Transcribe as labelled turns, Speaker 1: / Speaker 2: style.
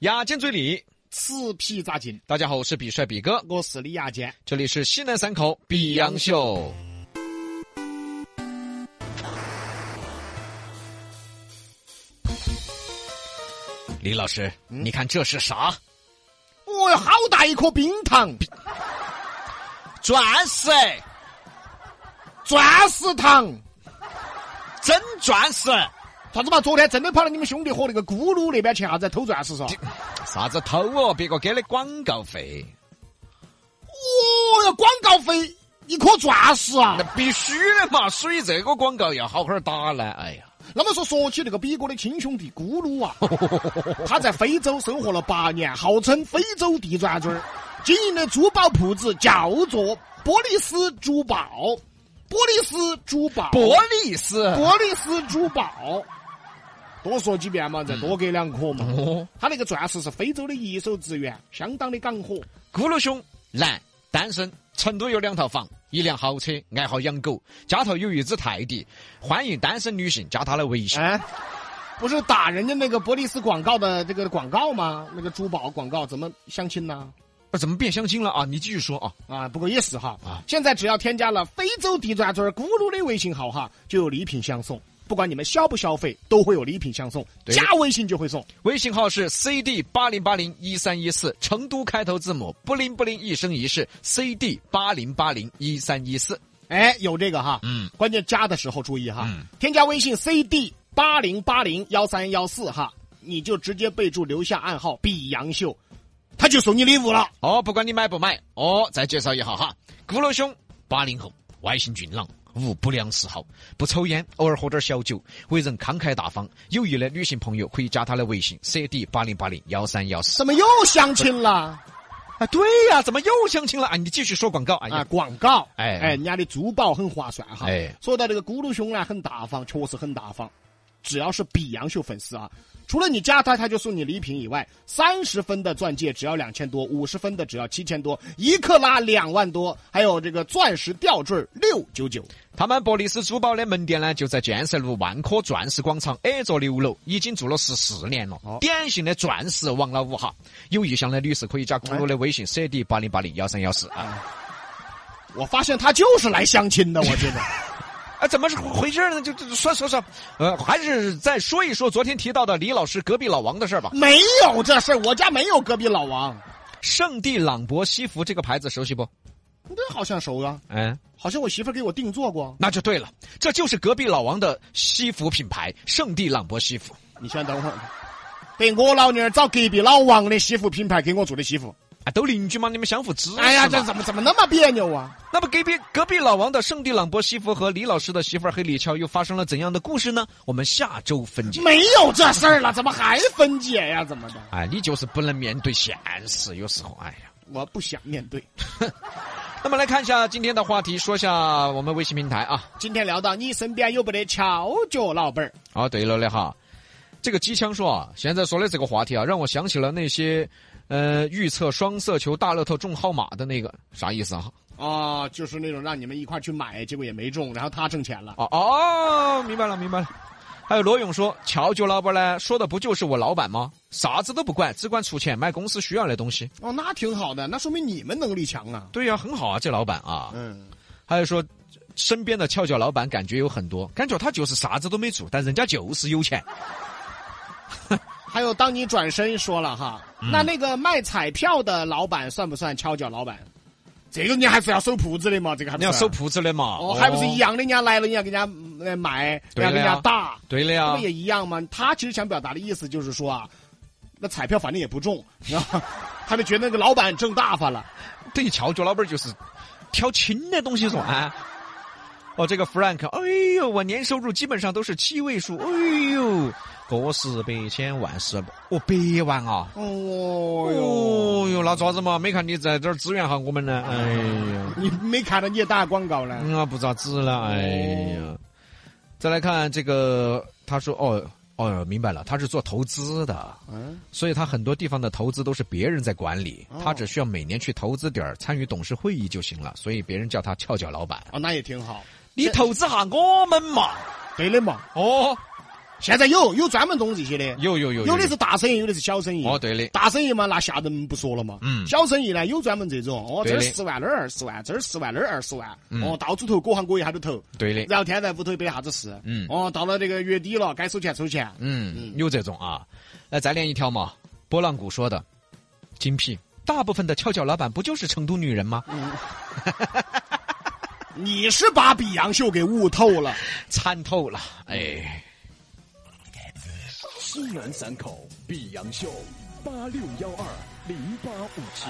Speaker 1: 牙尖嘴利，
Speaker 2: 此皮扎筋，
Speaker 1: 大家好，我是比帅比哥，
Speaker 2: 我是李亚坚。
Speaker 1: 这里是西南三口比洋秀。李老师，你看这是啥？
Speaker 2: 哦哟，好大一颗冰糖，
Speaker 1: 钻石，
Speaker 2: 钻石糖。
Speaker 1: 真钻石！
Speaker 2: 啥子嘛？昨天真的跑到你们兄弟伙那个咕噜那边去啥子偷钻石嗦？
Speaker 1: 啥子偷哦？别个给的广告费，
Speaker 2: 哦哟，广告费一颗钻石啊
Speaker 1: 那！必须的嘛！所以这个广告要好好打呢。哎呀，
Speaker 2: 那么说，说起那个比哥的亲兄弟咕噜啊，他在非洲生活了八年，号称非洲地转转儿，经营的珠宝铺子叫做波利斯珠宝，波利斯珠宝，
Speaker 1: 玻璃是
Speaker 2: 波利斯珠宝。多说几遍嘛，再多给两颗嘛。
Speaker 1: 哦
Speaker 2: 他那个钻石是非洲的一手资源，相当的港火。
Speaker 1: 咕噜兄，男，单身，成都有两套房，一辆豪车，爱好养狗，家头有一只泰迪，欢迎单身女性加他的微信。
Speaker 2: 哎， 不是打人家那个波利斯广告的这个广告吗？那个珠宝广告怎么相亲呢？
Speaker 1: 啊怎么变相亲了啊？你继续说啊。
Speaker 2: 啊，不过也是哈，
Speaker 1: 啊
Speaker 2: 现在只要添加了非洲地转村咕噜的微信号哈，就有礼品相送。不管你们消不消费，都会有礼品相送，
Speaker 1: 对
Speaker 2: 加微信就会送。
Speaker 1: 微信号是 cd 八零八零一三一四，成都开头字母不灵不灵一生一世 cd 八零八零一三一四。
Speaker 2: 哎，有这个哈，
Speaker 1: 嗯，
Speaker 2: 关键加的时候注意哈，
Speaker 1: 嗯
Speaker 2: 添加微信 cd 八零八零幺三幺四哈，你就直接备注留下暗号“比杨秀”，他就送你礼物了。
Speaker 1: 哦，不管你买不买，哦，再介绍一下哈，咕噜兄，八零后，外形俊朗，无不良嗜好，不抽烟，偶尔喝点小酒，为人慷慨大方。有意的女性朋友可以加他的微信 cd 八零八零幺三幺四。
Speaker 2: 怎么又相亲了？
Speaker 1: 啊，对呀、怎么又相亲了啊？你继续说广告，哎
Speaker 2: 啊，
Speaker 1: 呀，
Speaker 2: 广告，
Speaker 1: 哎
Speaker 2: 哎，人家的珠宝很划算哈。
Speaker 1: 哎
Speaker 2: 说到这个咕噜兄呢，很大方，确实很大方。只要是比洋秀粉丝啊，除了你加他，他就送你礼品以外，三十分的钻戒只要两千多，五十分的只要七千多，一克拉两万多，还有这个钻石吊坠六九九。
Speaker 1: 他们博利斯珠宝的门店呢，就在建设路万科钻石广场 A 座六楼，已经做了十四年了，
Speaker 2: 哦
Speaker 1: 典型的钻石王老五哈。有意向的女士可以加咕噜的微信 cd 八零八零幺三幺四啊。
Speaker 2: 我发现他就是来相亲的，我觉得。
Speaker 1: 啊，怎么是回事呢？就就就说说说，呃，还是再说一说昨天提到的李老师隔壁老王的事儿吧。
Speaker 2: 没有这事儿，我家没有隔壁老王，
Speaker 1: 圣地朗博西服这个牌子熟悉不？
Speaker 2: 这好像熟啊，
Speaker 1: 嗯，
Speaker 2: 好像我媳妇儿给我定做过。
Speaker 1: 那就对了，这就是隔壁老王的西服品牌圣地朗博西服。
Speaker 2: 你先等会儿，等我老娘儿找隔壁老王的西服品牌给我做的西服。
Speaker 1: 啊，都邻居嘛，你们相互支持嘛。
Speaker 2: 哎呀，这怎么怎么那么别扭啊？
Speaker 1: 那么隔壁隔壁老王的圣地朗博西服和李老师的媳妇儿黑李俏又发生了怎样的故事呢？我们下周分解。
Speaker 2: 没有这事儿了，怎么还分解呀？怎么的？
Speaker 1: 哎，你就是不能面对现实，有时候，哎呀。
Speaker 2: 我不想面对。
Speaker 1: 那么来看一下今天的话题，说一下我们微信平台啊。
Speaker 2: 今天聊到你身边有没得翘脚老板儿？
Speaker 1: 哦，对了的哈，这个机枪说啊，现在说的这个话题啊，让我想起了那些，呃，预测双色球大乐透中号码的那个啥意思啊？
Speaker 2: 哦，就是那种让你们一块儿去买，结果也没中，然后他挣钱了。
Speaker 1: 哦哦，明白了明白了。还有罗勇说，乔九老板呢，说的不就是我老板吗？啥子都不管，只管出钱买公司需要的东西。
Speaker 2: 哦，那挺好的，那说明你们能力强啊。
Speaker 1: 对呀、很好啊，这老板啊。
Speaker 2: 嗯，
Speaker 1: 还有说，身边的翘脚老板感觉有很多，感觉他就是啥子都没做，但人家就是有钱。
Speaker 2: 还有，当你转身说了哈，
Speaker 1: 嗯
Speaker 2: 那那个卖彩票的老板算不算翘脚老板？这个你还是要收铺子的嘛，这个还不
Speaker 1: 你要
Speaker 2: 算
Speaker 1: 收铺子的嘛？
Speaker 2: 啊哦，还不是一样的？人家来了，你要给人家嗯来买，
Speaker 1: 对啊
Speaker 2: 要
Speaker 1: 的呀
Speaker 2: 给人家打，
Speaker 1: 对了
Speaker 2: 这
Speaker 1: 呀
Speaker 2: 不。也一样吗？他其实想表达的意思就是说啊，那彩票反正也不中，然后 他就觉得那个老板挣大发了。
Speaker 1: 等于翘脚老板就是挑轻的东西做啊。哦，这个 Frank，哎呦，我年收入基本上都是七位数，哎呦，个十百千万十，哦，百万啊！
Speaker 2: 哦哟，
Speaker 1: 哦哟，那咋子嘛？没看你在这儿支援下我们呢？哎呀，
Speaker 2: 你没看到你也打广告呢？
Speaker 1: 嗯啊，不咋子了，哎呀。再来看这个，他说哦哦，明白了，他是做投资的，
Speaker 2: 嗯，
Speaker 1: 所以他很多地方的投资都是别人在管理，
Speaker 2: 哦
Speaker 1: 他只需要每年去投资点儿，参与董事会议就行了，所以别人叫他翘脚老板。
Speaker 2: 哦，那也挺好，
Speaker 1: 你投资下我们嘛？
Speaker 2: 对的嘛。
Speaker 1: 哦，
Speaker 2: 现在有有专门懂这些的，
Speaker 1: 有有有
Speaker 2: 有的是大生意，有的是小生意。
Speaker 1: 哦，对的，
Speaker 2: 大生意嘛，那吓人不说了嘛。
Speaker 1: 嗯
Speaker 2: 小生意呢，有专门这种，哦，
Speaker 1: 对
Speaker 2: 这
Speaker 1: 的
Speaker 2: 儿十万，那儿二十万，这儿十万，那儿二十万，
Speaker 1: 嗯
Speaker 2: 哦，到处投，各行各业他都投。
Speaker 1: 对的，
Speaker 2: 然后天天在屋头也没得啥子事。
Speaker 1: 嗯
Speaker 2: 哦，到了这个月底了，该收钱收钱。
Speaker 1: 嗯，有这种啊。来，再连一条嘛，波浪鼓说的，精辟。大部分的翘脚老板不就是成都女人吗？
Speaker 2: 你是把比洋秀给悟透了。
Speaker 1: 参透了，哎，
Speaker 3: 西南三口碧阳秀八六幺二零八五七。